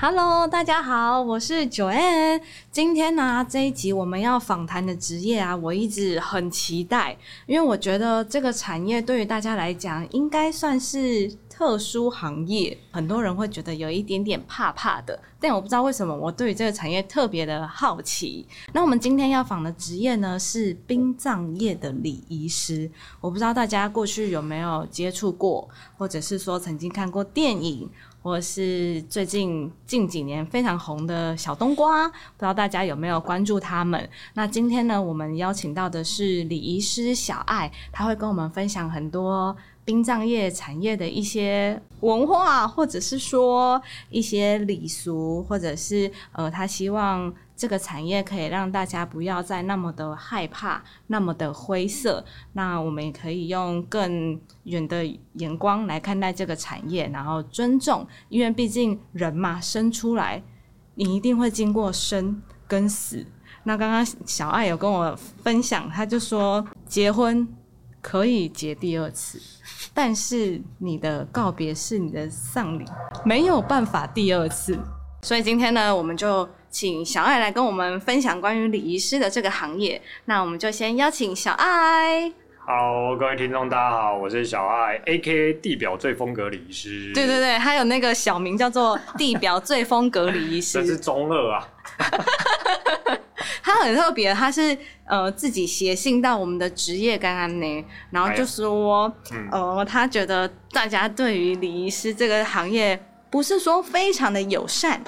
Hello，大家好，我是 Joanne。今天呢、这一集我们要访谈的职业啊，我一直很期待，因为我觉得这个产业对于大家来讲，应该算是特殊行业，很多人会觉得有一点点怕怕的。但我不知道为什么，我对于这个产业特别的好奇。那我们今天要访的职业呢，是殡葬业的礼仪师。我不知道大家过去有没有接触过，或者是说曾经看过电影，或是最近近几年非常红的小冬瓜，不知道大家有没有关注他们？那今天呢，我们邀请到的是礼仪师小爱，他会跟我们分享很多殡葬业产业的一些文化，或者是说一些礼俗，或者是呃，他希望。这个产业可以让大家不要再那么的害怕，那么的灰色。那我们也可以用更远的眼光来看待这个产业，然后尊重，因为毕竟人嘛，生出来你一定会经过生跟死。那刚刚小爱有跟我分享，他就说结婚可以结第二次，但是你的告别式、你的丧礼没有办法第二次。所以今天呢，我们就请小爱来跟我们分享关于礼仪师的这个行业。那我们就先邀请小爱。好，各位听众，大家好，我是小爱，A K A 地表最风格礼仪师。对对，对，还有那个小名叫做“地表最风格礼仪这是师中二啊！”，他很特别，他是呃自己写信到我们的职业干安呢，然后就说，嗯呃，他觉得大家对于礼仪师这个行业不是说非常的友善，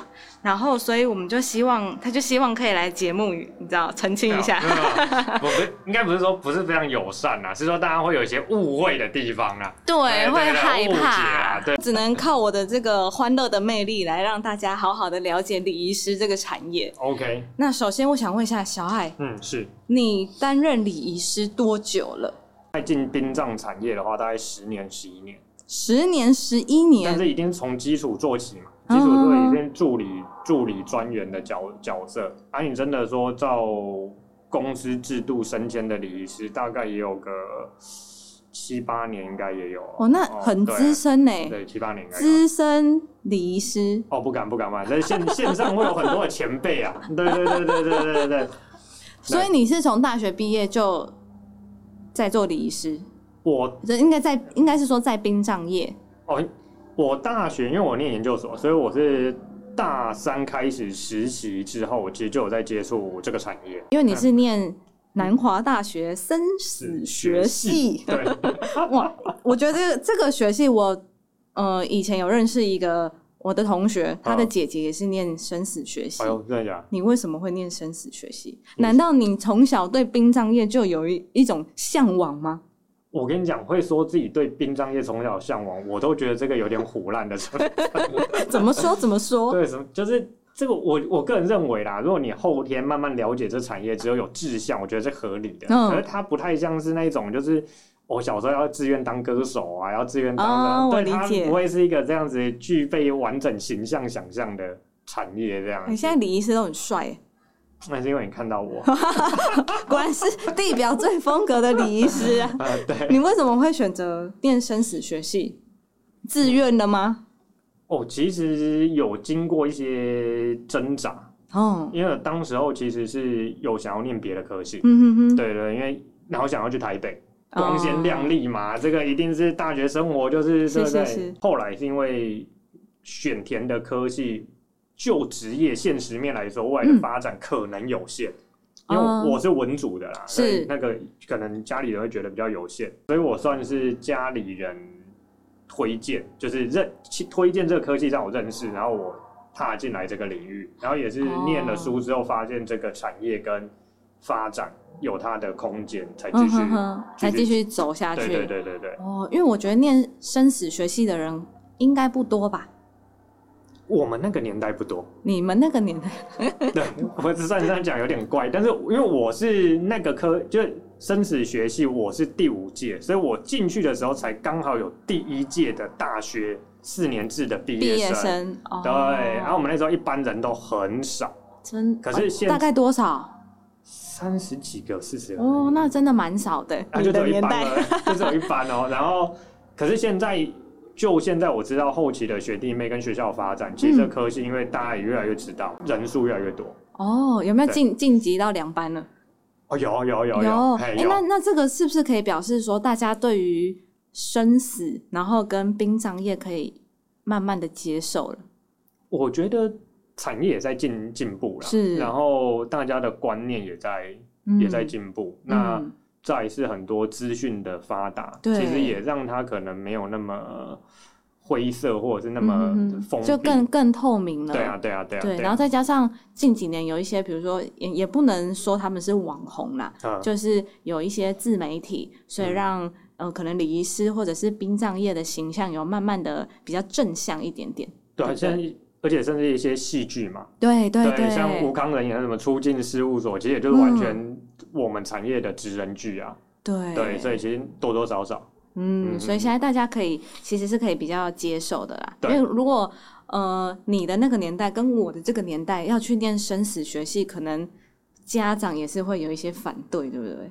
然后所以我们就希望，他就希望可以来节目，你知道，澄清一下。 没有没有不不，应该不是说不是非常友善啊，是说大家会有一些误会的地方啊。对，对会对对害误解怕啊，对只能靠我的这个欢乐的魅力来让大家好好的了解礼仪师这个产业。 OK，那首先我想问一下小海，嗯，是。你担任礼仪师多久了？在进殡葬产业的话，大概十年、十一年，十年、十一但年，是已经从基础做起嘛，基础做哦已经助理、助理专员的角角色。啊，你真的说照公司制度升迁的礼仪师，大概也有个七八年，应该也有啊。哦，那哦很对啊资深呢，对，七八年应该有资深礼仪师。哦，不敢不敢嘛，在线线上会有很多的前辈啊，对对对对对对对对。所以你是从大学毕业就在做礼仪师，我这应该在应该是说在殡葬业。哦，我大学因为我念研究所，所以我是大三开始实习之后，其实就有在接触这个产业。因为你是念南华大学生死学系，对， 哇，我觉得这个这个学系我呃以前有认识一个我的同学，他的姐姐也是念生死学系啊哎。呦，真的假的？你为什么会念生死学系？嗯难道你从小对殡葬业就有一一种向往吗？我跟你讲，会说自己对殡葬业从小向往，我都觉得这个有点胡乱 的成分。怎么说？怎么说？对，什么就是这个我我个人认为啦，如果你后天慢慢了解这产业，只有有志向，我觉得是合理的。嗯可是它不太像是那种就是。我小时候要志愿当歌手啊，要志愿当哦的，我对理它解不会是一个这样子具备完整形象想象的产业这样你子。哎现在礼仪师都很帅耶，那是因为你看到我， 果然是地表最风格的礼仪师啊！呃，对，你为什么会选择念生死学系？自愿的吗？哦，其实有经过一些挣扎，哦，因为当时候其实是有想要念别的科系，嗯哼哼，对对，因为然后想要去台北，哦光鲜亮丽嘛，这个一定是大学生活就是是对不对？是是后来是因为选填的科系，就职业现实面来说，未来的发展可能有限。嗯因哦为我是文组的啦，是所以那个可能家里人会觉得比较有限，所以我算是家里人推荐，就是认其推荐这个科系让我认识，然后我踏进来这个领域，然后也是念了哦书之后发现这个产业跟发展有它的空间，才继嗯续哼哼，才继续走下去。对对对对对，哦，因为我觉得念生死学系的人应该不多吧？我们那个年代不多， 你们那个年代，对我只算这样讲有点怪，但是因为我是那个科，就是生死学系，我是第五届，所以我进去的时候才刚好有第一届的大学四年制的毕毕业业生。生哦，对，然后我们那时候一般人都很少，真可是现大概多少？三十几个、四十个，哦，那真的蛮少的。啊，你就只的有一年班代，了， 就只有一班哦。然后，可是现在就现在我知道后期的学弟妹跟学校发展，其实嗯这科系因为大家也越来越知道，人数越来越多。哦，有没有对晋晋级到两班了？哦，有有有哎哎，那有，那这个是不是可以表示说，大家对于生死，然后跟殡葬业可以慢慢的接受了？我觉得产业也在进进步了，是然后大家的观念也在嗯也在进步。那嗯再是很多资讯的发达，对其实也让他可能没有那么灰色，或者是那么嗯嗯嗯封闭。就更更透明了。对啊，对啊，对啊，对，啊然后再加上近几年有一些，比如说也也不能说他们是网红啦，嗯就是有一些自媒体，所以嗯让、呃可能礼仪师或者是殡葬业的形象有慢慢的比较正向一点点。对啊，对现在而且甚至一些戏剧嘛，对对像吴康仁演的什么《出境事务所》，其实也就是完全我们产业的职人剧啊。嗯对对，所以其实多多少少，嗯，嗯所以现在大家可以其实是可以比较接受的啦，因对为如果呃你的那个年代跟我的这个年代要去念生死学系，可能家长也是会有一些反对，对不对？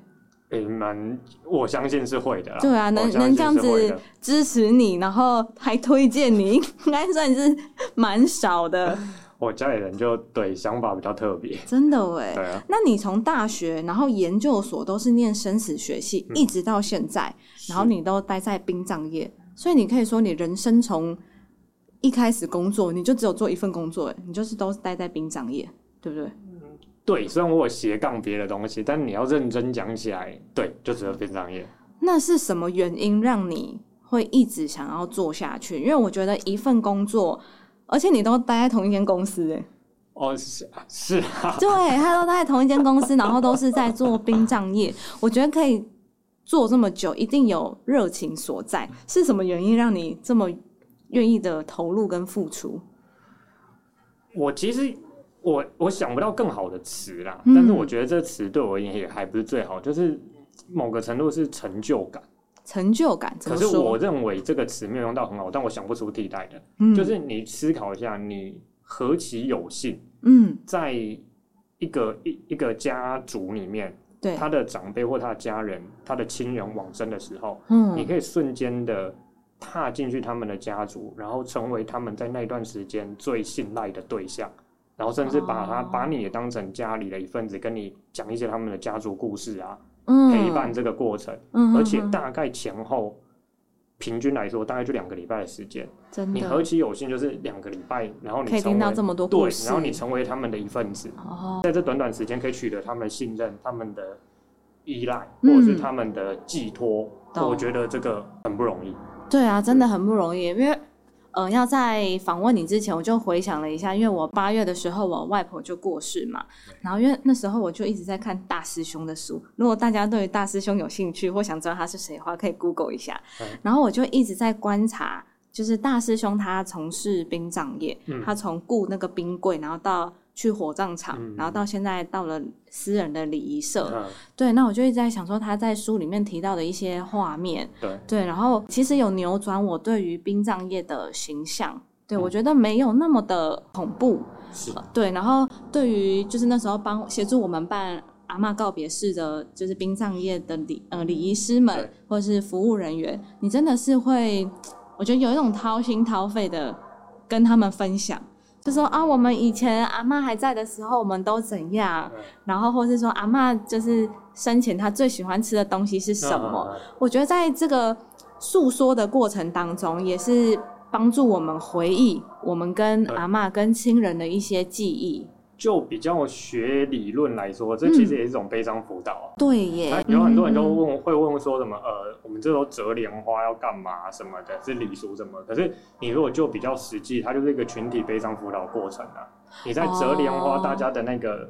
诶、蛮我相信是会的啦。对啊，能我相能信这样是会子的支持你，然后还推荐你，应该算是蛮少 的，我家里人就对想法比较特别。真的哎。对啊，那你从大学，然后研究所都是念生死学系，嗯一直到现在，然后是你都待在殡葬业，所以你可以说你人生从一开始工作，你就只有做一份工作，哎你就是都待在殡葬业，对不对？对，虽然我有斜杠别的东西，但你要认真讲起来，对，就只有殡葬业。那是什么原因让你会一直想要做下去？因为我觉得一份工作，而且你都待在同一间公司， 哎，哦，是啊是啊，对，他都待在同一间公司，然后都是在做殡葬业，我觉得可以做这么久，一定有热情所在。是什么原因让你这么愿意的投入跟付出？我其实我我想不到更好的词啦，嗯但是我觉得这词对我而言也还不是最好，就是某个程度是成就感。成就感怎可么是说？我认为这个词没有用到很好，但我想不出替代的。嗯就是你思考一下，你何其有幸，嗯，在一个一一个家族里面，对，他的长辈或他的家人、他的亲人往生的时候，你嗯可以瞬间的踏进去他们的家族，然后成为他们在那段时间最信赖的对象，然后甚至把他、哦把你也当成家里的一份子，跟你讲一些他们的家族故事啊，嗯陪伴，这个过程，嗯而且嗯嗯大概前后。平均来说，大概就两个礼拜的时间。真你何的其有幸，就是两个礼拜，然后你可以成听到为这么多故对，事，然后你成为他们的一份子，哦，在这短短时间可以取得他们的信任、他们的依赖，或嗯者是他们的寄托，懂我觉得这个很不容易。对啊，真的很不容易，因为。呃，要在访问你之前，我就回想了一下，因为我八月的时候，我外婆就过世嘛，然后因为那时候我就一直在看大师兄的书。如果大家对于大师兄有兴趣或想知道他是谁的话，可以 Google 一下嗯。然后我就一直在观察，就是大师兄他从事殡葬业，嗯他从雇那个冰柜，然后到去火葬场，嗯然后到现在到了私人的礼仪社。嗯，对，那我就一直在想说他在书里面提到的一些画面，对，对，然后其实有扭转我对于殡葬业的形象，对、我嗯觉得没有那么的恐怖，是对，然后对于就是那时候帮协助我们办阿嬷告别式的，就是殡葬业的礼呃礼仪师们对或者是服务人员，你真的是会，我觉得有一种掏心掏肺的跟他们分享，就说啊，我们以前阿嬷还在的时候，我们都怎样，然后或是说阿嬷就是生前她最喜欢吃的东西是什嗯么，？呃我觉得在这个诉说的过程当中，也是帮助我们回忆我们跟对阿嬷跟亲人的一些记忆。就比较学理论来说，嗯这其实也是一种悲伤辅导啊。对耶，有很多人都嗯问，会问说什么？呃，我们这时候折莲花要干嘛什么的，是礼俗什么？可是你如果就比较实际，它就是一个群体悲伤辅导过程啊。你在折莲花，哦大家的那个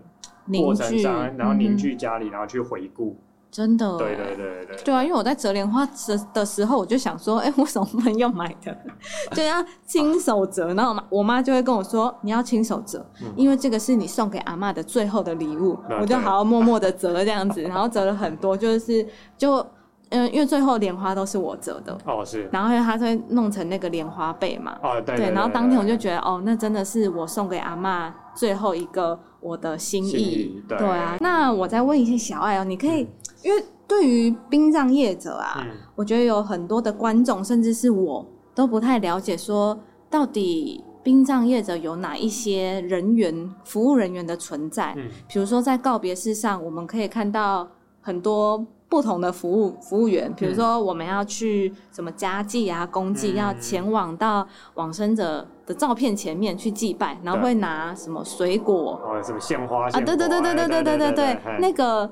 凝过程聚上，然后凝嗯聚家里，然后去回顾，真的。对对。对对对，对啊，因为我在折莲花折的时候，我就想说，哎、为什么不能用买的？ 就要亲手折。然后我妈我妈就会跟我说，你要亲手折，嗯因为这个是你送给阿嬷的最后的礼物。那我就对好好默默的折了这样子，然后折了很多，就是就嗯，因为最后莲花都是我折的，哦是然后她会弄成那个莲花被嘛。啊对对，然后当天我就得觉得，哦，那真的是我送给阿嬷最后一个我的心心意对啊，那我再问一些小爱哦，你可以，因为对于殡葬业者啊，嗯我觉得有很多的观众，甚至是我都不太了解，说到底殡葬业者有哪一些人员、服务人员的存在。嗯比如说在告别式上，我们可以看到很多不同的服务服务员，比如说我们要去什么家祭啊、公祭，嗯要前往到往生者的照片前面去祭拜，然后对会拿什么水果哦什么献花啊，献对对对对花对对对对对，嘿那个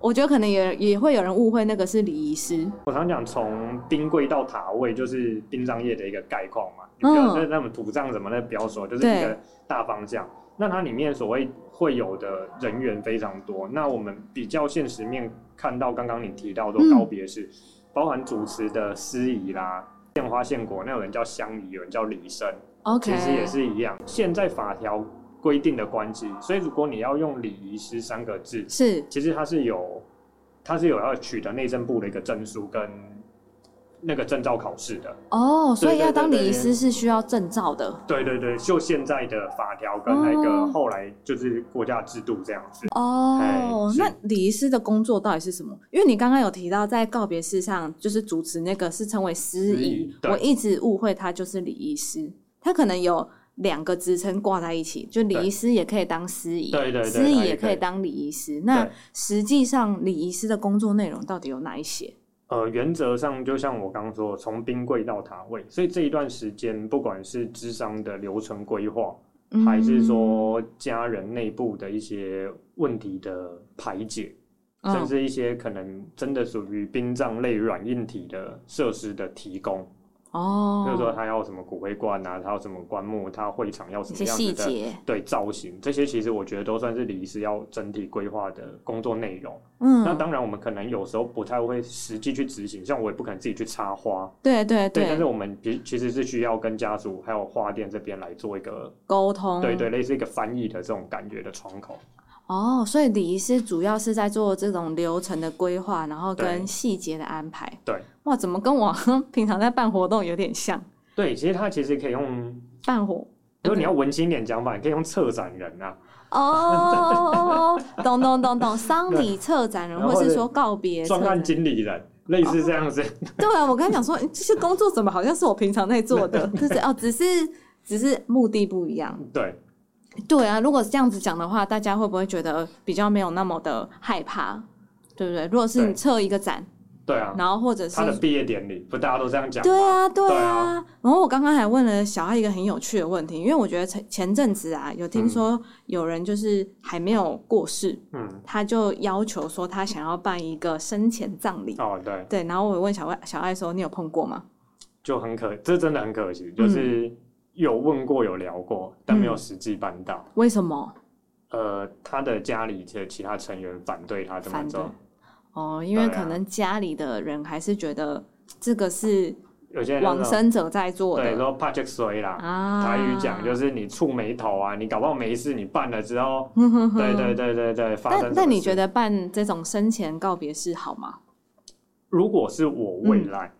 我觉得可能也也会有人误会那个是礼仪师，我常讲从冰柜到塔位就是殡葬业的一个概况嘛，你不要嗯那那么土葬什么的不要说，就是对一个大方向。那它里面所谓会有的人员非常多，那我们比较现实面看到刚刚你提到的嗯告别式，包含主持的司仪啦、献花献果，那有人叫香仪，有人叫礼生， OK，其实也是一样。现在法条规定的关系，所以如果你要用礼仪师三个字，是其实它是有，它是有要取得内政部的一个证书跟那个证照考试的。哦，所以对对要对当对礼仪师是需要证照的对对对，就现在的法条跟那个哦后来就是国家制度这样子。哦哎。是那礼仪师的工作到底是什么？因为你刚刚有提到在告别式上，就是主持那个是称为司司仪仪，对我一直误会他就是礼仪师，他可能有。两个职称挂在一起，就礼仪师也可以当司仪，对对对司仪他也也可可以以当礼仪师。那对实际上礼仪师的工作内容到底有哪一些？呃，原则上就像我刚刚说，从冰柜到塔位，所以这一段时间，不管是智商的流程规划，嗯还是说家人内部的一些问题的排解，嗯甚至一些可能真的属于殡葬类软硬体的设施的提供，哦，比如说他要什么骨灰罐啊，他要什么棺木，他会场要什一么些样细子的节，对造型，这些其实我觉得都算是礼仪师要整体规划的工作内容。嗯，那当然，我们可能有时候不太会实际去执行，像我也不可能自己去插花，对对对，但是我们其其实是需要跟家属还有花店这边来做一个，沟通，对对，类似一个翻译的这种感觉的窗口。哦，所以礼仪师主要是在做这种流程的规划，然后跟对细节的安排。对哇，怎么跟我 平常在办活动有点像？对，其实它其实可以用，办活如果你要文青一点讲法，你可以用策展人啊，哦， 懂懂懂懂，丧礼策展人，然后或是是说告别策专展案人。经理人，类似这样子。对啊，我刚才讲说，诶这些工作怎么好像是我平常在做的？就是哦，只是只是目的不一样。对，对啊，如果是这样子讲的话，大家会不会觉得比较没有那么的害怕？对不对？如果是你对测一个展，对啊，然后或者是他的毕业典礼不大家都这样讲吗？对啊，对对啊啊。然后我刚刚还问了小爱一个很有趣的问题，因为我觉得前前阵子啊，有听说有人就是还没有过世，嗯，他就要求说他想要办一个生前葬礼。哦，对，对，然后我问小爱小爱说：“你有碰过吗就很可，这真的很可惜，就是嗯有问过有聊过，但没有实际办到。？”为什么？呃，他的家里的其他成员反对他这么反对做，哦，因为对啊可能家里的人还是觉得这个是有些人就往说生者在做对的说怕这衰啦。啊。台语讲就是你触眉头啊，你搞不好没事，你办了之后，嗯对对对对对，发生什但么但你事觉得办这种生前告别式好吗？如果是我未嗯来、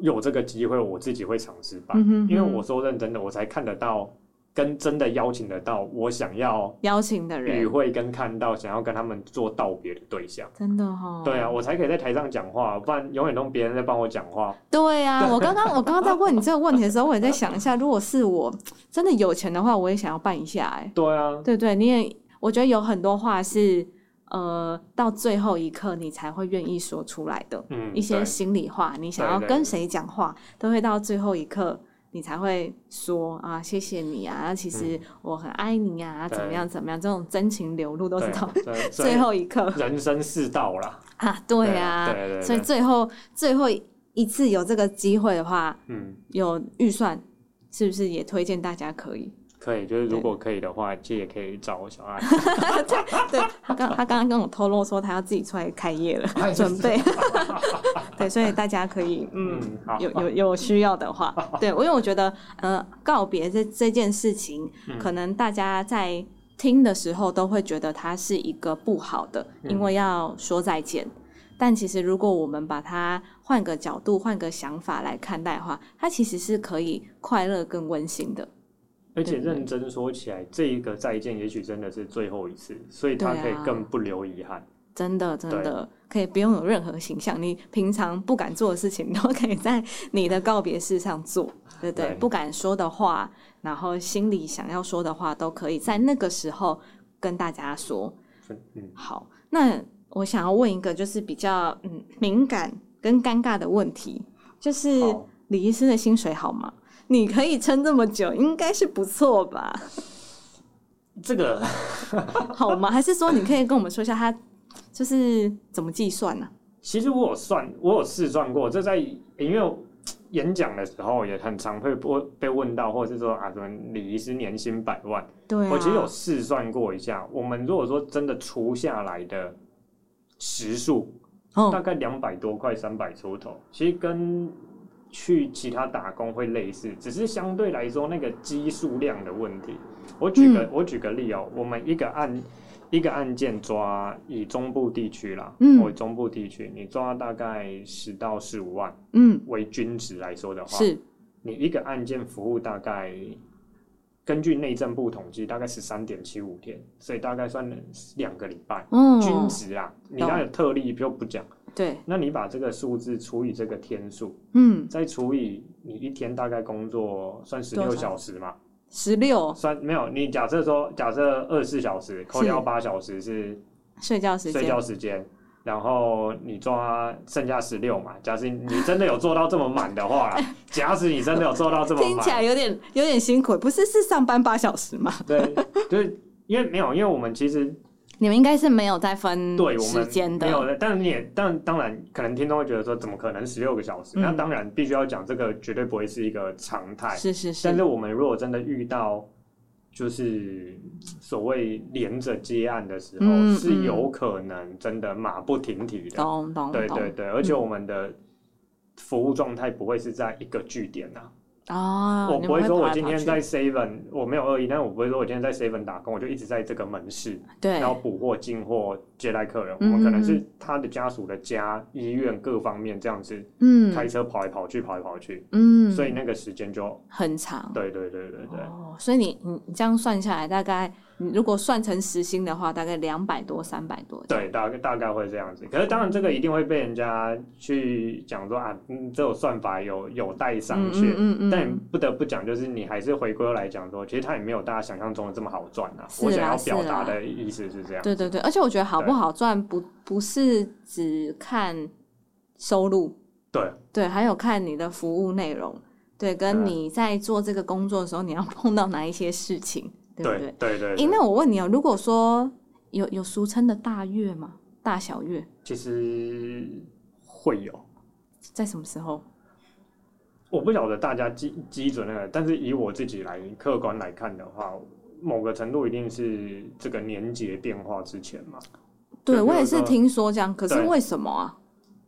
有这个机会，我自己会尝试办，嗯哼哼因为我说认真的，我才看得到跟真的邀请得到我想要邀请的与人会跟看到想要跟他们做道别的对象。真的哦。对啊，我才可以在台上讲话，不然永远都别人在帮我讲话。对啊，我刚刚我刚刚在问你这个问题的时候，我也在想一下，如果是我真的有钱的话，我也想要办一下、哎，对啊，对不对？你也，我觉得有很多话是呃，到最后一刻你才会愿意说出来的、嗯，一些对心里话，你想要对对跟谁讲话，都会到最后一刻。你才会说啊，谢谢你啊，其实我很爱你啊，嗯对怎么样怎么样，这种真情流露都是对到对所以 最后一刻人生世道啦，啊，对啊，对对对所以最后最后一次有这个机会的话，嗯，有预算，是不是也推荐大家可以？可以，就是如果可以的话，其实也可以找小爱。对他刚他刚刚跟我透露说他要自己出来开业 了，准备。 对，所以大家可以 嗯，嗯，好，有有有需要的话，对，因为我觉得呃，告别这这件事情，嗯可能大家在听的时候都会觉得它是一个不好的，嗯因为要说再见。但其实，如果我们把它换个角度、换个想法来看待的话，它其实是可以快乐跟温馨的。而且认真说起来，这一个再见也许真的是最后一次，所以他对啊可以更不留遗憾。真的，真对的可以不用有任何形象，你平常不敢做的事情， 都可以在你的告别式上做，对不对？对不敢说的话，然后心里想要说的话，都可以在那个时候跟大家说。嗯，好，那我想要问一个就是比较嗯敏感跟尴尬的问题，就是好李医师的薪水好吗？你可以撑这么久，应该是不错吧？这个 好吗？还是说你可以跟我们说一下他就是怎么计算呢、其实我有算，我有试算过，这在因为我演讲的时候也很常会被被问到，或者是说啊什么李医师年薪百万，对啊，我其实有试算过一下，我们如果说真的除下来的时数，哦大概两百多块，三百出头，其实跟去其他打工会类似，只是相对来说那个基数量的问题。我举嗯个、我举个例哦，我们一个案一个案件抓以中部地区啦，嗯我中部地区你抓大概十到十五万嗯，为均值来说的话，是你一个案件服务大概。根据内政部统计，大概十三点七五天，所以大概算两个礼拜、嗯，均值啊。你懂那有特例就不讲，对，那你把这个数字除以这个天数，嗯，再除以你一天大概工作算十多六少小时嘛？十六算没有，你假设说假设二十四小时，扣掉八小时是睡觉时睡间觉时间，然后你抓剩下十六嘛。假使你真的有做到这么满的话，假使你真的有做到这么听起满，来有点有点辛苦，不是是上班八小时吗？对，就是因为没有，因为我们其实 你们应该是没有在分对我嗯时们间没有的，的，但你也但当然，可能听众会觉得说，怎么可能十六个小时？嗯那当然必须要讲，这个绝对不会是一个常态。是是是但，是我们如果真的遇到就是所谓连着接案的时候，嗯是有可能真的马不停蹄的。懂懂对对懂嗯对，而且我们的服务状态不会是在一个据点啊。啊，我你不会们说跑我来今跑天去在 Seven，我没有恶意，但我不会说我今天在 Seven 打工，我就一直在这个门市，对然后补货、进货、接待客人。我嗯们可能嗯是他的家属的家、医院各方面这样子，开嗯车跑来跑去、跑来跑去，嗯，所以那个时间就很长，对对对对对。哦，所以你你你这样算下来，大概你如果算成时薪的话，大概两百多三百多，对，大概大概会这样子。可是当然，这个一定会被人家去讲说啊，嗯，这种算法有有待商嗯榷。嗯嗯但嗯，不得不讲，就是你还是回归来讲说，其实它也没有大家想象中的这么好赚啊。是我想啦要是表达啦的意思是这样。对对对，而且我觉得好不对好赚不不是只看收入，对对，还有看你的服务内容，对，对跟啊你在做这个工作的时候，你要 碰到哪一些事情，对不对对？对对诶，对那我问你哦，如果说有有俗称的大月吗？大小月其实会有，在什么时候？我不晓得大家基基准那个，但是以我自己来客观来看的话，某个程度一定是这个年节变化之前嘛。对就比我也如是说听说这样，可是对为什么啊？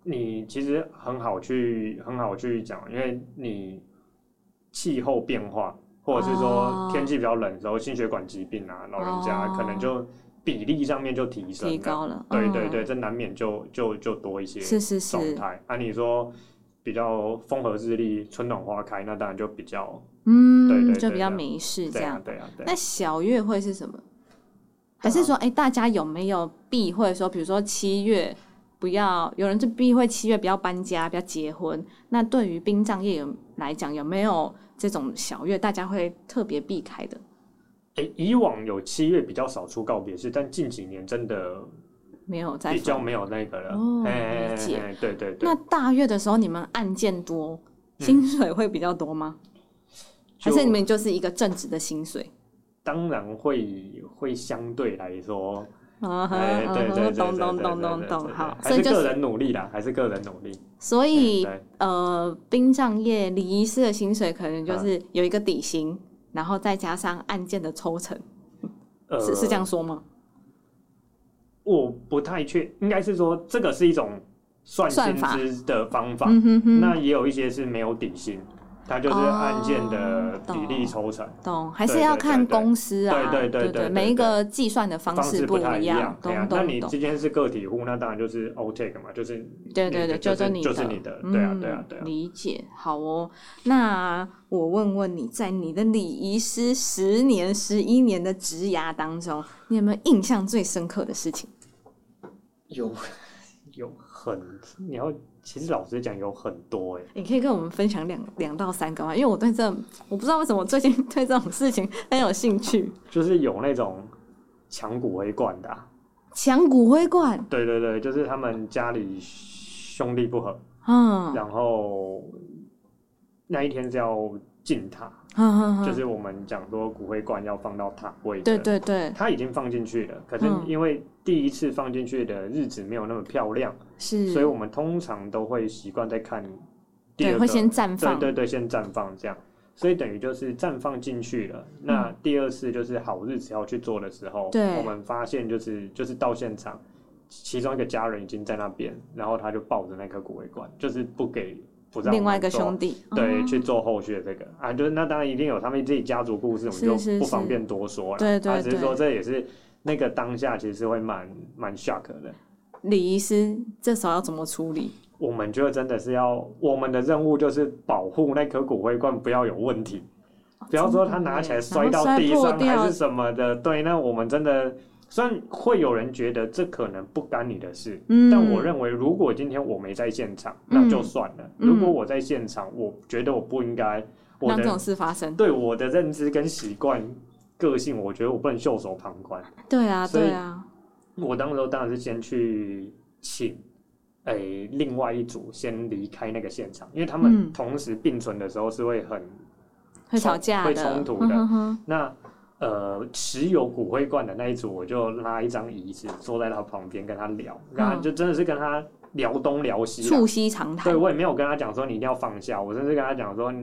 你其实很好去很好去讲，因为你气候变化，或者是哦说天气比较冷的时候，心血管疾病啊，老人家哦可能就比例上面就提升了。提高了，对嗯对对，，这难免就就就多一些是是状是，态。按理说比较风和日丽，春暖花开，那当然就比较对对嗯，对就比较对没事这对啊样。对啊对啊那小月会是什么？还是说，哎、大家有没有避讳说，比如说七月不要，有人就避讳七月不要搬家，不要结婚。那对于殡葬业有来讲，有没有这种小月大家会特别避开的？诶以往有七月比较少出告别式，但近几年真的没有在比较分。没有那个了。哦哎理解哎哎对对对那。大月的时候，你们案件多，嗯薪水会比较多吗？还就是你们就是一个正职的薪水？当然会会相对 来说，啊哈哎，啊对对哈 对，懂对懂对懂对懂对懂，对好，还所以是就个是人努力啦，还是个人努力。所以嗯对啊呃，殡葬业礼仪师的薪水可能就是有一个底薪，然后再加上案件的抽成，呃，是是这样说吗？我不太确，应该是说这个是一种算薪算法资的方法，嗯哼哼，那也有一些是没有底薪，它就是按件的哦比例抽成。懂，还是对要对看对对公司啊，对对对对对对每一个计算的方方式不太一样，哎呀懂那懂你懂，今天是个体户，那当然就是 o t a k e 嘛，就是对对对，你的就是是你的，就是你的对啊对啊嗯对啊理解，好哦。那我问问你，在你的礼仪师十年、十一年的职涯当中，你有没有印象最深刻的事情？有有很，你要其实老实讲有很多哎、你可以跟我们分享两两到三个吗？因为我对这，我不知道为什么我最近 对这种事情很有兴趣。就是有那种抢骨灰罐的啊、抢骨灰罐，对对对，就是他们家里兄弟不和，嗯，然后那一天是要进塔，嗯嗯嗯就是我们讲说骨灰罐要放到塔位的，对对对，他已经放进去了，可是嗯因为第一次放进去的日子没有那么漂亮，是，所以我们通常都会习惯在看第嗯对二个，会先绽对放，对对，先绽放这样，所以等于就是绽放进去了。那第二次就是好日子要去做的时候，嗯对我们发现就是就是到现场，其中一个家人已经在那边，然后他就抱着那颗骨灰罐，就是不给不让另外一个我们做兄弟，对，哦去做后续的这个啊，就是那当然一定有他们自己家族故事，我是们是就不方是便多说了。对对啊只是对说这也是那个当下其实会蛮蛮 shock 的。嗯李医师这时候要怎么处理？我们就真的是要，我们的任务就是保护那颗骨灰罐不要有问题，不要说他拿起来摔到地然后摔上破掉还是什么的。对，那我们真的虽然会有人觉得这可能不干你的事，嗯但我认为如果今天我没在现场，那就算了。嗯如果我在现场，我觉得我不应该，我让这的种事发生，对我的认知跟习惯、个性，我觉得我不能袖手旁观。对啊，所以对啊，我当时候当然是先去请，诶、另外一组先离开那个现场，因为他嗯们同时并存的时候是会很、会吵架的，嗯会冲突的哼哼哼那。呃，持有骨灰罐的那一组，我就拉一张椅子坐在他旁边跟他聊，然后就真的是跟他聊东聊西啦。嗯促膝长谈对，，我也没有跟他讲说你一定要放下，我甚至跟他讲说，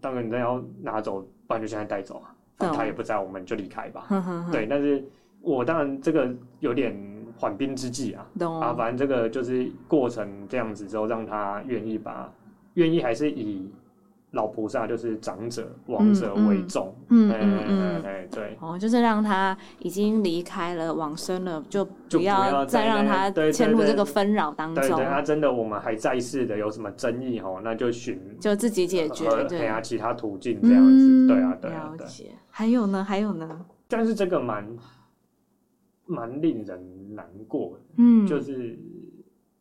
大哥，你真的要拿走，不然就现在带走啊，反正懂嗯他也不在，我们就离开吧。哼哼哼对，但是我当然这个有点缓兵之计啊，懂啊，反正这个就是过程这样子之后，让他愿意把愿意还是以老菩萨就是长者王者为重，嗯哎嗯嗯哎哎对，哦，就是让他已经离开了，往生了，就就不不要再再让他对对陷入对这个纷扰当对中对，，啊，真的我们还在世的有什么争议吼，那就寻就自己解决和，哎对，呀其他途径这样子，对啊嗯对啊了对，解。还有呢，还有呢，但是这个蛮蛮令人难过的。嗯，就是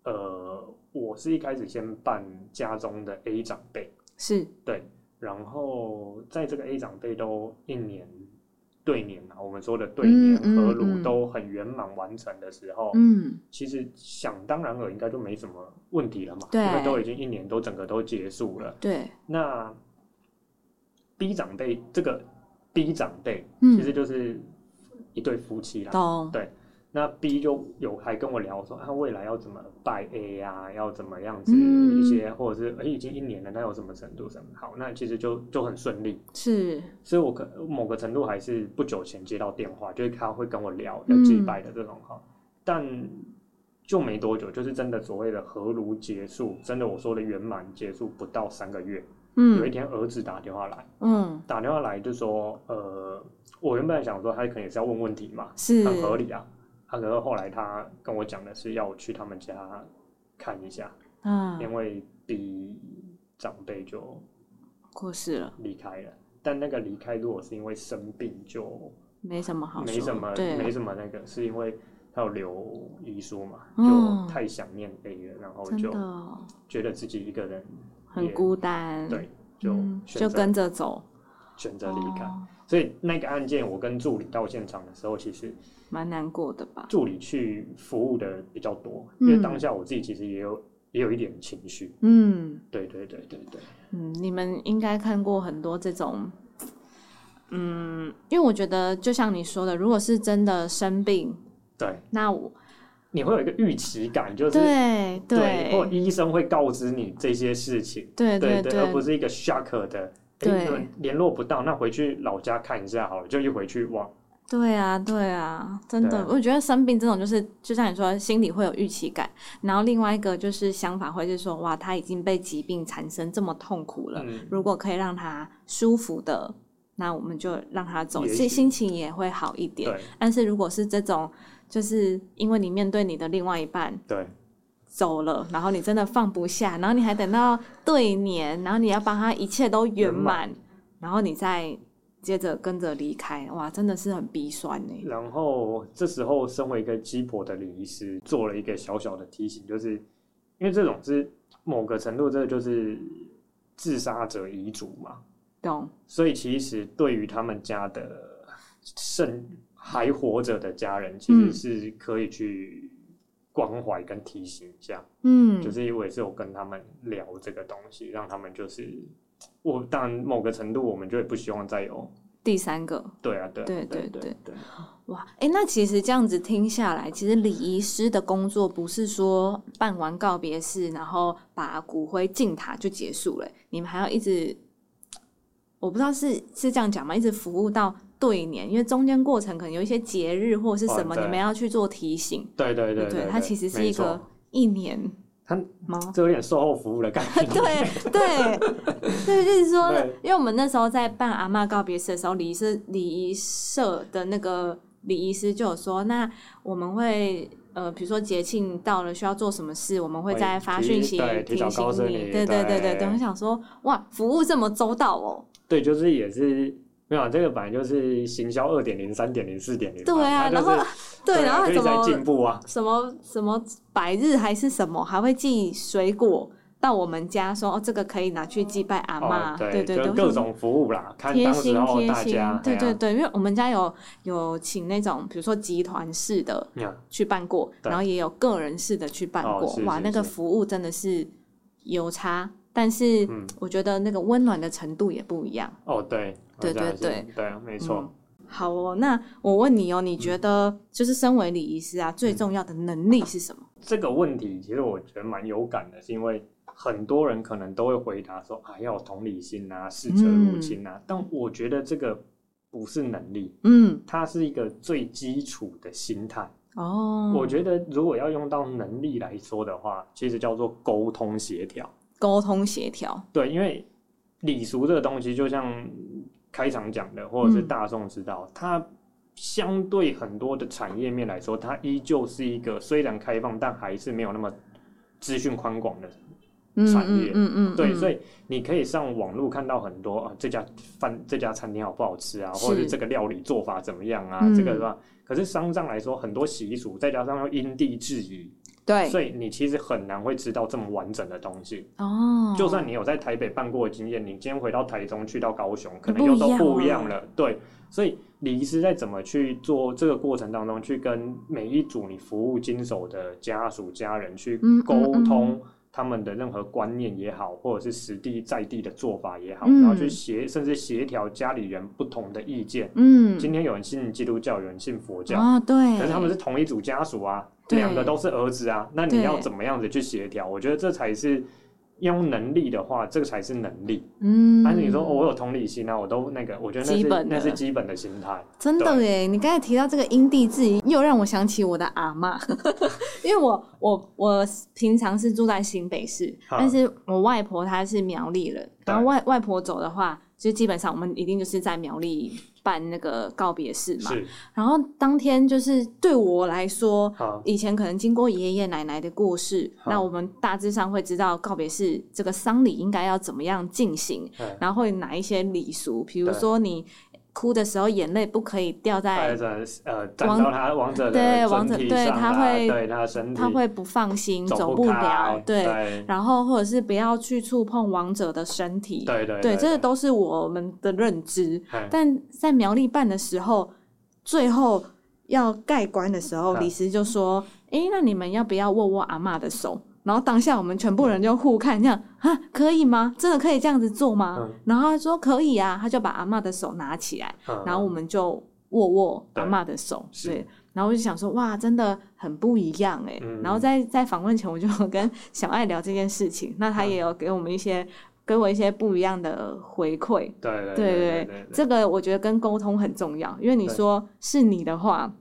呃，我是一开始先办家中的 A 长辈，是然后在这个 A 长辈都一年对年啊，我们说的对嗯年嗯和嗯炉都很圆满完成的时候，嗯，其实想当然了，应该就没什么问题了嘛，对因为都已经一年都整个都结束了。对，那 B 长辈这个 B 长辈嗯其实就是一对夫妻啦，懂，那 B 就有还跟我聊说，他、未来要怎么拜 A 呀、要怎么样子嗯一些，或者是哎、已经一年了，那有什么程度什么好？那其实就就很顺利，是所以我可某个程度还是不久前接到电话，就是他会跟我聊要祭拜的这种哈，但就没多久，就是真的所谓的合炉结束，真的我说的圆满结束不到三个月，有一嗯天儿子打电话来，嗯，打电话来就说，呃，我原本想说他可能也是要问问题嘛，是很合理啊。他可是后来他跟我讲的是要我去他们家看一下，啊，因为 B 长辈就过世了，离开了。但那个离开，如果是因为生病，就没什么好说，没什么，对，啊没什么那个，是因为他有留遗书嘛，嗯就太想念 A 了，然后真就的哦觉得自己一个人很也孤单，对，就嗯，选择、就跟着走，选择离开。哦所以那个案件，我跟助理到现场的时候，其实蛮难过的吧？助理去服务的比较多，嗯因为当下我自己其实也有也有一点情绪。嗯对对对对对，嗯，你们应该看过很多这种，嗯，因为我觉得就像你说的，如果是真的生病，对，那我你会有一个预期感，就是对对或对医生会告知你这些事情，对对对而不是一个 shock 的对诶联络不到，那回去老家看一下好了，就一回去哇，对啊，对啊，真对的啊，我觉得生病这种就是，就像你说，心里会有预期感，然后另外一个就是想法会是说，哇，他已经被疾病缠身这么痛苦了，嗯，如果可以让他舒服的，那我们就让他走，也心许心情也会好一点。对但是如果是这种，就是因为你面对你的另外一半对走了，然后你真的放不下，然后你还等到对年，然后你要帮他一切都圆圆满满，然后你再接着跟着离开，哇，真的是很鼻酸欸呢。然后这时候，身为一个鸡婆的礼仪师，做了一个小小的提醒，就是因为这种是某个程度，这就是自杀者遗嘱嘛，懂，所以其实对于他们家的剩还活着的家人，其嗯实是可以去关怀跟提醒一下。嗯，就是因为是有跟他们聊这个东西，让他们就是我当然某个程度，我们就也不希望再有第三个，对啊，对啊对对对对对，哇，哎、那其实这样子听下来，其实礼仪师的工作不是说办完告别式，然后把骨灰进塔就结束了，欸你们还要一直，我不知道是是这样讲吗？一直服务到对年，因为中间过程可能有一些节日或者是什么，哦对你们要去做提醒，对对对不对？它其实是一没个错一年它吗？这有点售后服务的感觉， 对对对，就是说对，因为我们那时候在办阿嬷告别式的时候，礼仪师礼仪社的那个礼仪师就有说，那我们会呃，比如说节庆到了需要做什么事，我们会会再发提讯息对提提早醒告知你。你对对对对对，对我想说，哇，服务这么周到哦。对，就是也是没有啊这个本来就是行销二点零、三点零、四点零，对啊，它就然是后对，啊然后就还一直怎在么进步啊，什么什么百日还是什么，还会寄水果。到我们家说哦，这个可以拿去祭拜阿嬷，哦对对对，就我想各说种服务啦，看贴当时心候贴大家心，，对对哎呀对，因为我们家有有请那种比如说集团式的呀去办过，对然后也有个人式的去办哦过，是哇，是那个是服务真的是有差，但是嗯我觉得那个温暖的程度也不一样。哦对，对好像对是对对啊，没错，好哦，那我问你哦，你觉嗯得就是身为礼仪师啊，最重要的能力是什么？这个问题其实我觉得蛮有感的，是因为很多人可能都会回答说啊，要有同理心啊，视者如亲啊，但我觉得这个不是能力，嗯，它是一个最基础的心态。哦，我觉得如果要用到能力来说的话，其实叫做沟通协调。沟通协调，对，因为礼俗这个东西，就像开场讲的，或者是嗯大众知道，它相对很多的产业面来说，它依旧是一个虽然开放，但还是没有那么资讯宽广的。嗯产嗯业嗯嗯，对，所以以你可以上网络看到很多啊，这家饭这家餐厅好不好吃啊，是或者是这个料理做法怎么样啊，嗯这个是吧？可是商上来说，很多习俗，再加上又因地制宜，对所以你其实很难会知道这么完整的东西。哦，就算你有在台北办过的经验，你今天回到台中，去到高雄，可能不又一都样啊不一了样了。对，所以礼仪师在怎么去做这个过程当中，去跟每一组你服务经手的家属、家人去嗯嗯沟嗯通他们的任何观念也好，或者是实地在地的做法也好，嗯然后去协甚至协调家里人不同的意见。嗯，今天有人信基督教，有人信佛教，哦对，可是他们是同一组家属啊，对两个都是儿子啊，那对你要怎么样子去协调？我觉得这才是用能力的话，这个才是能力。嗯，但是你说、哦我有同理心啊，我都那个，我觉得那基是本的那是基本的心态。真的耶！你刚才提到这个因地制宜，又让我想起我的阿嬷， 因为我我我平常是住在新北市，好但是我外婆她是苗栗人，然后外外婆走的话，就基本上我们一定就是在苗栗办那个告别式嘛。是然后当天就是对我来说，好，以前可能经过爷爷奶奶的过世，好那我们大致上会知道告别式这个丧礼应该要怎么样进行，嗯然后会哪一些礼俗，比如对说你哭的时候眼泪不可以掉带在，着呃，哎站王到他王者的对身王者体对上他啊会对他的身体他会不放心，走不了开，对。对然后或者是不要去触碰亡者的身体，对对对，这个都是我们的认知。嗯但在苗栗办的时候，最后要盖棺的时候，嗯李师就说：“诶，那你们要不要握握阿嬷的手？”然后当下我们全部人就互看，这样啊，可以吗？真的可以这样子做吗？嗯然后他说可以啊，他就把阿嬷的手拿起来，嗯然后我们就握握对阿嬷的手，是对。然后我就想说，哇，真的很不一样哎、嗯然后在在访问前，我就有跟小爱聊这件事情，那他也有给我们一些给我一些不一样的回馈。对对对对对对，这个我觉得跟沟通很重要，因为你对说是你的话，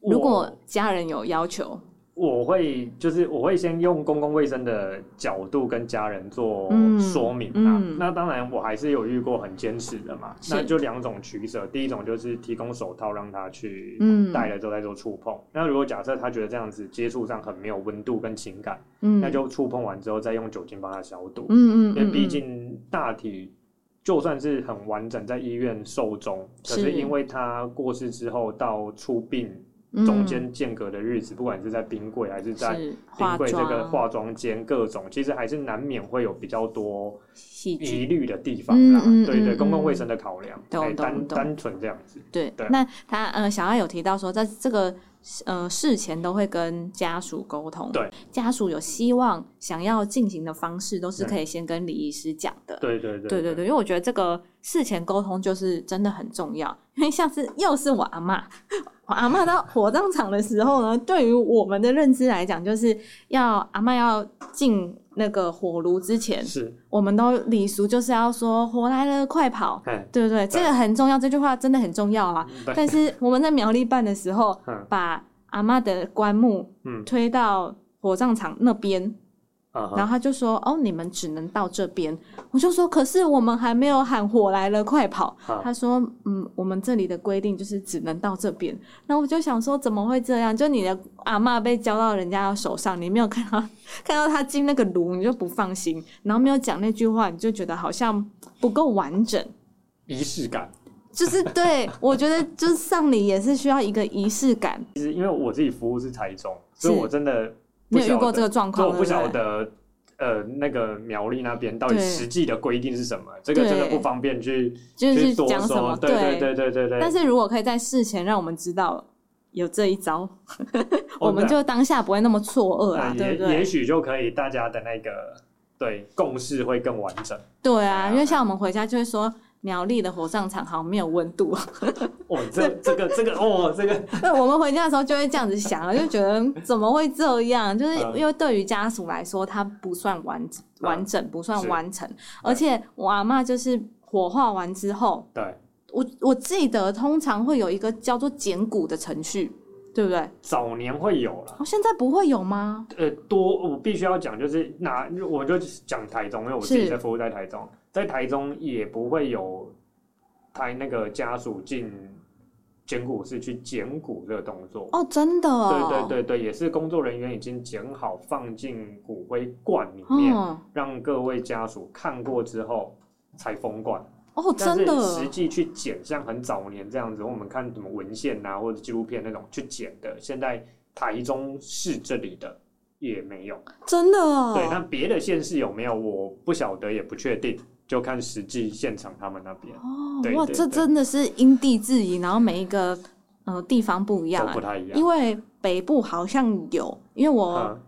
我如果家人有要求，我会就是我会先用公共卫生的角度跟家人做嗯说明啊。嗯那当然，我还是有遇过很坚持的嘛。是那就两种取舍，第一种就是提供手套让他去嗯戴了之后再做触碰。那如果假设他觉得这样子接触上很没有温度跟情感，嗯，那就触碰完之后再用酒精帮他消毒。嗯嗯，因为嗯毕嗯竟大体就算是很完整在医院寿终，可是是因为他过世之后到出殡嗯中间间隔的日子，不管是在冰柜还是在是冰化柜这个妆化妆间各种，其实还是难免会有比较多戏剧疑虑的地方啦。嗯嗯对嗯对，公共卫嗯生的考量，懂哎懂单懂单纯这样子。对对，那他呃，小爱有提到说，在这个呃事前都会跟家属沟通，对，家属有希望想要进行的方式，嗯都是可以先跟李医师讲的。对对对对对对，因为我觉得这个事前沟通就是真的很重要，因为下次又是我阿嬷，我阿嬷到火葬场的时候呢，对于我们的认知来讲，就是要阿嬷要进那个火炉之前，是，我们都礼俗就是要说“火来了，快跑哎”，，对不对？这个很重要，这句话真的很重要啊。对但是我们在苗栗办的时候，嗯把阿嬷的棺木嗯推到火葬场那边，啊哈然后他就说：“哦，你们只能到这边。”我就说：“可是我们还没有喊火来了，快跑！”啊他说：“嗯，我们这里的规定就是只能到这边。”那我就想说，怎么会这样？就你的阿嬷被交到人家手上，你没有看到 看到他进那个炉，你就不放心，然后没有讲那句话，你就觉得好像不够完整。仪式感。就是对我觉得，就是丧礼也是需要一个仪式感。其实因为我自己服务是台中，所以是我真的 不没有遇晓过得这个状所以况，我不晓对对得，呃，那个苗栗那边到底对实际的规定是什么，这个真的对不方便去就是去多讲什说。么对对对对对对。但是如果可以在事前让我们知道有这一招，哦我们就当下不会那么错愕那啊，也对不也对？许就可以，大家的那个对共识会更完整。对哎啊，呀因为像我们回家就会说。苗栗的火葬场好像没有温度， 哦，这这个这个哦，这个对，我们回家的时候就会这样子想了，就觉得嗯怎么会这样？就是嗯因为对于家属来说，它不算完完整，不算是完成，而且我阿嬷就是火化完之后，对我我记得通常会有一个叫做剪骨的程序，对不对？早年会有了。哦，现在不会有吗？呃，多我必须要讲，就是拿我就讲台中，因为我自己是在服务在台中，在台中也不会有台那个家属进检骨室去检骨这个动作。哦，真的哦，对对对对，也是工作人员已经剪好放进骨灰罐里面，哦让各位家属看过之后才封罐。哦，但真是的实际去剪，像很早年这样子，我们看什么文献啊或者纪录片那种去剪的，现在台中市这里的也没有。真的哦，对，那别的县市有没有，我不晓得也不确定，就看实际现场他们那边哦对哇，对这对真的是因地制宜，然后每一个呃地方不一样、都啊不，太一样。因为北部好像有，因为我嗯，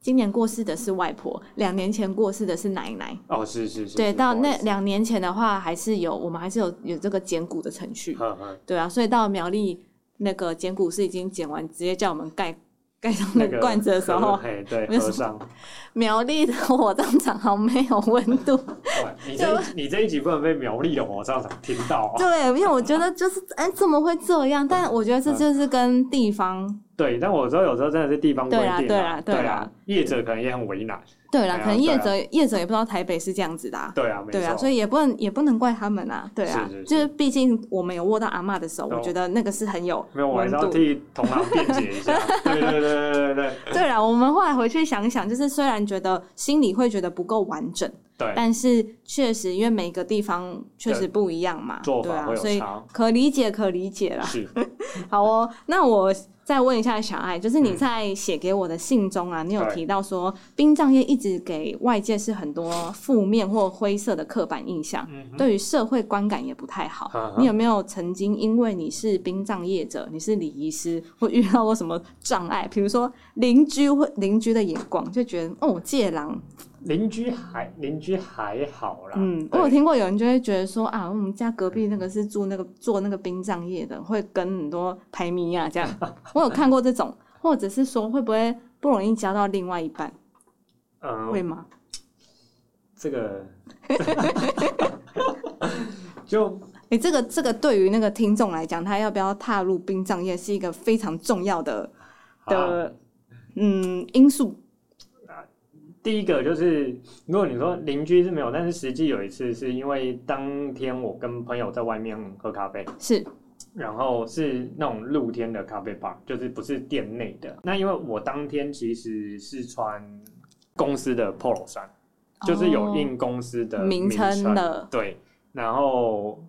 今年过世的是外婆，两年前过世的是奶奶。哦，是是是，对，是到那，不两年前的话，还是有我们还是有有这个剪骨的程序。好意思嗯嗯对啊，所以到苗栗那个剪骨是已经剪完，直接叫我们盖盖上那那个个罐子的时候， 嘿，对，没有什和么尚。苗栗的火葬场好像没有温度。哇你这一集你这一集不能被苗栗的火葬场听到啊！对，因为我觉得就是哎、怎么会这样？但我觉得这就是跟地方对，但我说有时候真的是地方规定啊对啦对啦对对啦啊，业者可能也很为难，对啦，哎呀可能业者业者也不知道台北是这样子的、啊。对啊，没对啊，错所，以也不能也不能怪他们啊，对啊，是是是就是毕竟我们有握到阿嬷的手，懂我觉得那个是很有没有，我还温是要度。替同行辩解一 下。对对对对对对对对了，我们后来回去想一想，就是虽然觉得心里会觉得不够完整，对，但是确实因为每个地方确实不一样嘛，做对法啊，会所有以差，可理解可理解啦。是好哦，嗯那我再问一下小爱，就是你在写给我的信中啊，你有对提到说殡葬业一直给外界是很多负面或灰色的刻板印象，嗯哼对于社会观感也不太好。嗯哼你有没有曾经因为你是殡葬业者，你是礼仪师，或遇到过什么障碍？比如说邻居或邻居的眼光，就觉得哦借狼。邻居还邻居还好啦，嗯，我对有听过有人就会觉得说啊，我们家隔壁那个是住那个做那个殡葬业的，会跟很多排迷啊这样。我有看过这种，或者是说会不会不容易交到另外一半，嗯会吗？这 个就哎、这个这个对于那个听众来讲，他要不要踏入殡葬业是一个非常重要的啊的、嗯因素。第一个就是，如果你说邻居是没有，但是实际有一次是因为当天我跟朋友在外面喝咖啡，是然后是那种露天的咖啡吧，就是不是店内的。那因为我当天其实是穿公司的 polo 衫，就是有印公司的哦名称的对，然后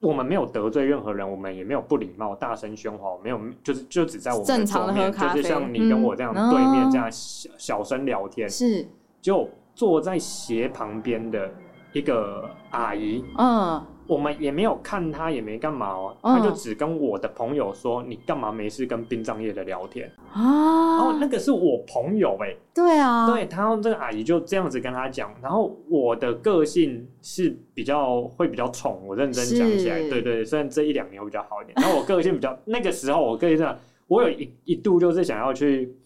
我们没有得罪任何人，我们也没有不礼貌、大声喧哗，我没有就是就只在我们正的常桌地面，喝咖就是啡像你跟我这样对面嗯这样小小声聊天，是就坐在斜旁边的一个阿姨，嗯我们也没有看她，也没干嘛哦，嗯她就只跟我的朋友说：“你干嘛没事跟殡葬业的聊天？”然后啊那，个是我朋友哎、对啊，对，然后这个阿姨就这样子跟他讲，然后我的个性是比较会比较宠，我认真讲起来，是对对，对虽然这一两年我比较好一点，然后我个性比较那个时候我个性上，我有一一度就是想要去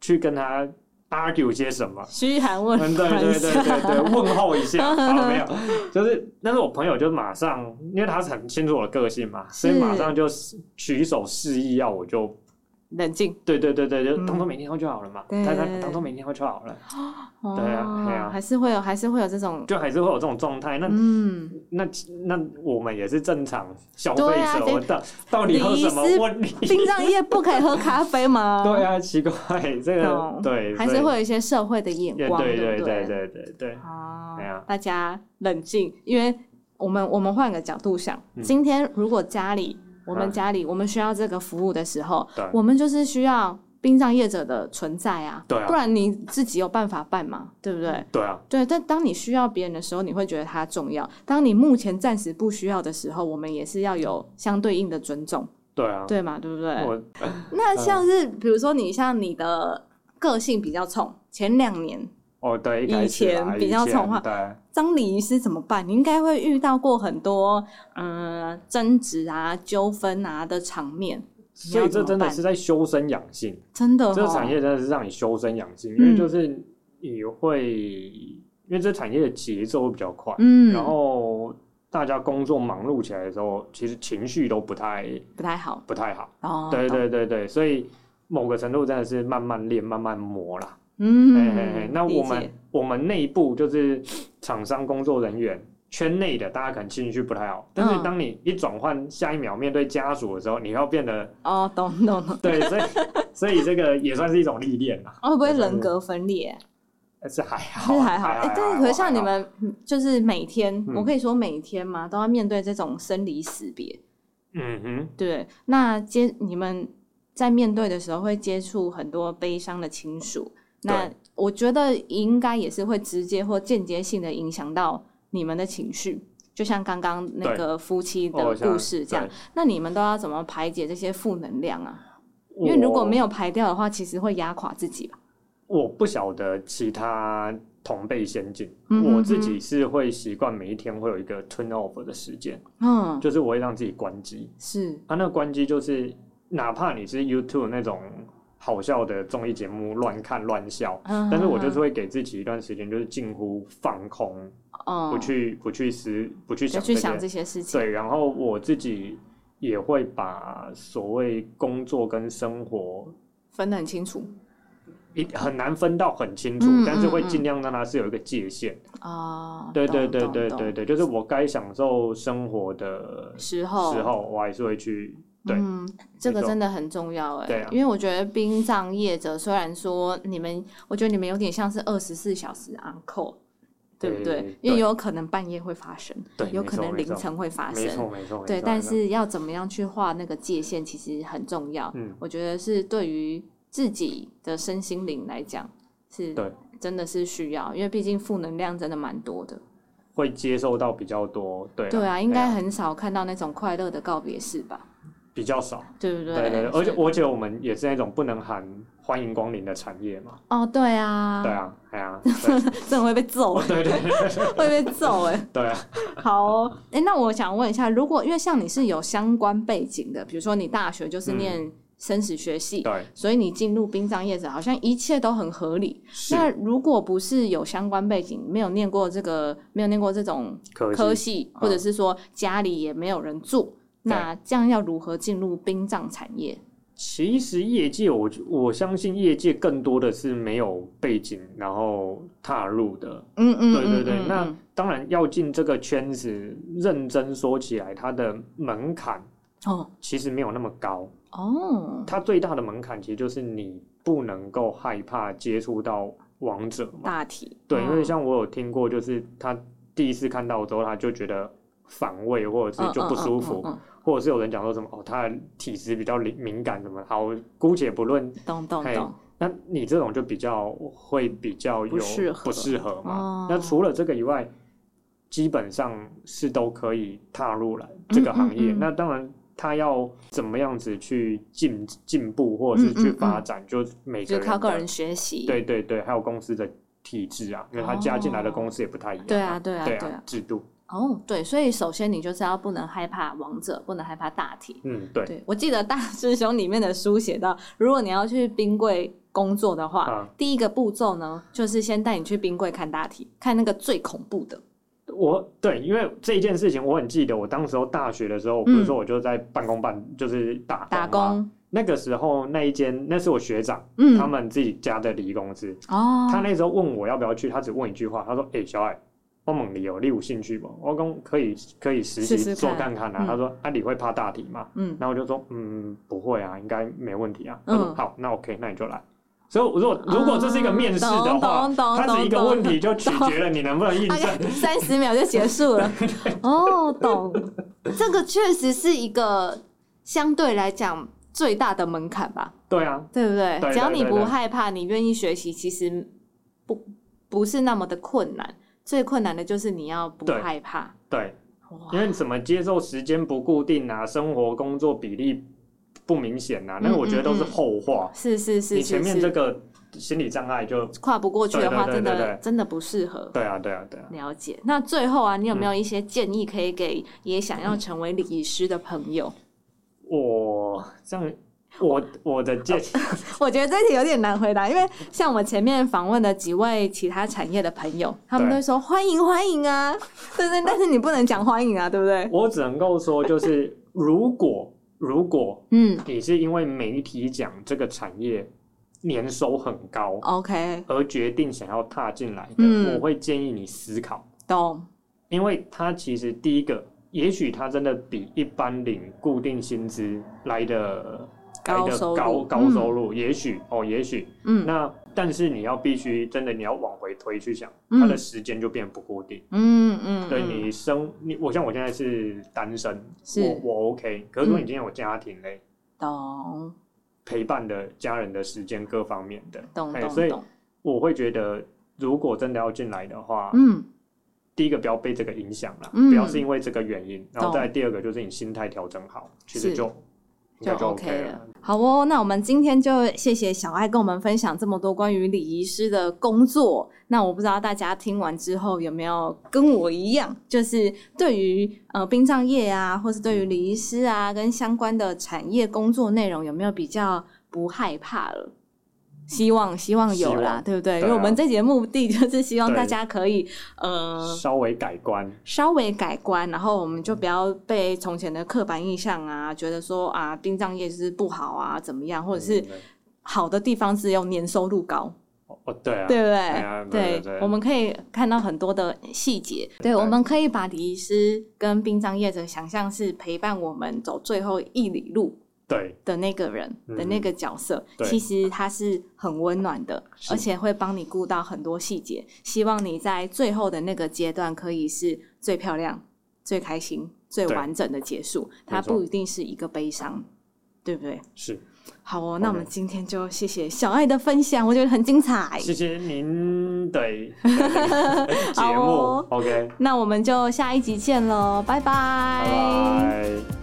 去跟他 argue 些什么。嘘寒 问嗯， 对对对对对，问候一 下，好没有，就是，但是我朋友就马上，因为他是很清楚我的个性嘛，所以是马上就举手示意要我就，冷静。对对对对，就嗯当做没听到就好了嘛，对他他当做没听到就好了，哦对啊对啊还是会有，还是会有这种，就还是会有这种状态。那、嗯，那那我们也是正常消费对啊者，谁我到到底有什么问题？殡葬业不可以喝咖啡吗？ 对啊，奇怪，这个懂对，还所是以会有一些社会的眼也光，对对不对对对对，哦对啊，大家冷静，因为我们我们换个角度想，嗯今天如果家里我啊们家里我们需要这个服务的时候，对我们就是需要殡葬业者的存在啊，对啊不然你自己有办法办嘛，对不对？对啊，对，但当你需要别人的时候，你会觉得他重要；当你目前暂时不需要的时候，我们也是要有相对应的尊重，对啊，对嘛？对不对？我嗯那像是比如说你像你的个性比较冲，前两年哦对，一开以始啦前比较以前宠坏对张礼仪师怎么办？你应该会遇到过很多呃争执啊、纠纷啊的场面，所以怎这么真的办是在修身养性，真的、哦。这个产业真的是让你修身养性，嗯因为就是你会，因为这产业的节奏会比较快，嗯，然后大家工作忙碌起来的时候，其实情绪都不太不太好不太好。哦。对懂，对对对，所以某个程度真的是慢慢练、慢慢磨啦。嗯，嘿嘿嘿，那我理们解我们内部就是厂商工作人员圈内的，大家可能情绪不太好，但是嗯当你一转换下一秒面对家属的时候，你要变得哦，懂懂懂， 对，所以所以这个也算是一种历练啦。哦会不会就是人格分裂？但是还好，是 啊还好，哎，但是可是像你还好，啊们嗯就是每天，嗯我可以说每天嘛，都要面对这种生离死别，嗯哼，对，那接你们在面对的时候会接触很多悲伤的亲属，那对我觉得应该也是会直接或间接性的影响到你们的情绪，就像刚刚那对个夫妻哦的像故事这样。那你们都要怎么排解这些负能量啊？对因为如果没我有排掉的话，其实会压垮自己吧。我不晓得其他同辈先进，嗯哼我自己是会习惯每一天会有一个 turn off 的时间，嗯，就是我会让自己关机。是啊，那个关机就是，哪怕你是 YouTube 那种好笑的综艺节目乱看乱笑，嗯但是我就是会给自己一段时间，就是近乎放空，嗯，不去不去思不去就想去这些想。这些事情。对，然后我自己也会把所谓工作跟生活分得很清楚一很难分到很清楚，嗯但是会嗯嗯尽量让它是有一个界限。啊。对懂对对懂对懂对对，就是我该享受生活的时时候候，我还是会去。对嗯，这个错真的很重要哎、对啊因为我觉得殡葬业者虽然说你们，我觉得你们有点像是二十四小时 on call，对不对？对因为有可能半夜会发生，对，有没可错能没凌错晨会发没错生，没错，没对。错但没错是要怎么样去画那个界限，其实很重要。嗯，我觉得是对于自己的身心灵来讲，是对真的是需要，因为毕竟负能量真的蛮多的。会接受到比较多，对对啊，应该很少看到那种快乐的告别式吧？比较少，对不对？对对，而且是而且我们也是那种不能喊欢迎光临的产业嘛，哦，对啊，对啊，哎呀，对 真的会被揍，欸对对对 会被揍哎。对啊，好、哦，哎，那我想问一下，如果因为像你是有相关背景的，比如说你大学就是念生死学系，嗯对，所以你进入殡葬业者，好像一切都很合理。是那如果不是有相关背景，没有念过这个，没有念过这种可科惜。系，或嗯者是说家里也没有人住，那这样要如何进入殡葬产业？其实业界我我相信业界更多的是没有背景然后踏入的，嗯嗯，对对对嗯嗯那嗯当然要进这个圈子，认真说起来，它的门槛哦其实没有那么高。哦，它最大的门槛其实就是你不能够害怕接触到王者嘛。大体对，因为哦像我有听过，就是他第一次看到之后，他就觉得反胃，或者是就不舒服，嗯嗯嗯嗯或者是有人讲说什么哦，他的体质比较敏敏感什么。好，姑且不论，嗯懂懂嘿懂，那你这种就比较会比较有不适合不适合嘛。哦那除了这个以外，基本上是都可以踏入来这个行业。嗯嗯那当然，他要怎么样子去进进步，或者是去发展，就每个嗯就人靠的个人学习。对对对，还有公司的体制啊，因为他加进来的公司也不太一样、对啊，对啊，对对啊啊，。制度，哦，对，所以首先你就是要不能害怕王者，不能害怕大体。嗯，对对我记得大师兄里面的书写到，如果你要去冰柜工作的话，啊，第一个步骤呢，就是先带你去冰柜看大体，看那个最恐怖的。我对，因为这一件事情我很记得，我当时候大学的时候，我不是说我就在半工半，就是打工嗯打嘛。工，那个时候那一间那是我学长、嗯他，们自己家的礼仪公司，哦，他那时候问我要不要去，他只问一句话，他说：“哎、小艾，我猛你有你有兴趣不？”我讲可以可以实习试试看做看看啊。嗯他说：“啊，你会怕大体吗？”嗯，然后我就说，嗯，不会啊，应该没问题啊。嗯哦他说好，那 OK，那你就来。所以如果如果这是一个面试的话，懂懂懂它只一个问题就取决了你能不能 应大征。概三十秒就结束 了。哦，懂，这个确实是一个相对来讲最大的门槛吧，对啊，对不对？对只要你对不对害怕，你愿意学习，其实不不是那么的困难。最困难的就是你要不对害怕。对，哇因为什么接受时间不固定啊，生活工作比例不明显啊，那个我觉得都是后话。是是嗯是你前是面这是，个心理障碍就跨不过去的话，对对真对对的对真的不适合。对嗯啊，对啊，对啊。了解。那最后啊，你有没有一些建议可以给也想要成为礼仪师的朋友？我这样，我我的建议我觉得这题有点难回答，因为像我前面访问的几位其他产业的朋友，他们对都会说欢迎欢迎啊，对对，但是你不能讲欢迎啊，对不对？我只能够说就是，如果如果嗯你是因为媒体奖这个产业年收很高，OK，而决定想要踏进来的，哦嗯我会建议你思考，懂，因为它其实第一个，也许它真的比一般领固定薪资来的高来的收入高高收入，也许哦，也许嗯那但是你要必须真的你要往回推去想，嗯它的时间就变不固定。嗯嗯，对嗯，你生你，我像我现在是单身，是嗯我我 OK，可是如果你今天有家庭嘞。懂陪伴的家人的时间各方面的，懂哎懂所以懂，我会觉得，如果真的要进来的话，嗯，第一个不要被这个影响啦，嗯不要是因为这个原因，然后懂再来第二个就是你心态调整好，其实是就应该就就 OK 了了。。好哦，那我们今天就谢谢小爱跟我们分享这么多关于礼仪师的工作。那我不知道大家听完之后有没有跟我一样，就是对于呃殡葬业啊，或是对于礼仪师啊跟相关的产业工作内容有没有比较不害怕了？希望希望有希啦，望对不对？对啊因为我们这节目的就是希望对大家可以呃稍微改观，稍微改观，然后我们就不要被从前的刻板印象啊，觉得说啊，殡葬业就是不好啊，怎么样，或者是嗯好的地方是有年收入高，哦，对啊，对不对？啊对对对我们可以看到很多的细节。对，对我们可以把礼仪师跟殡葬业者想象是陪伴我们走最后一里路对的那个人嗯的那个角色，对其实他是很温暖的，是而且会帮你顾到很多细节。希望你在最后的那个阶段可以是最漂亮、最开心、最对完整的结束，它不一定是一个悲伤，对不对？是。好哦，那我们 OK 今天就谢谢小爱的分享，我觉得很精彩。谢谢您对节好目哦，OK，那我们就下一集见喽，拜拜拜。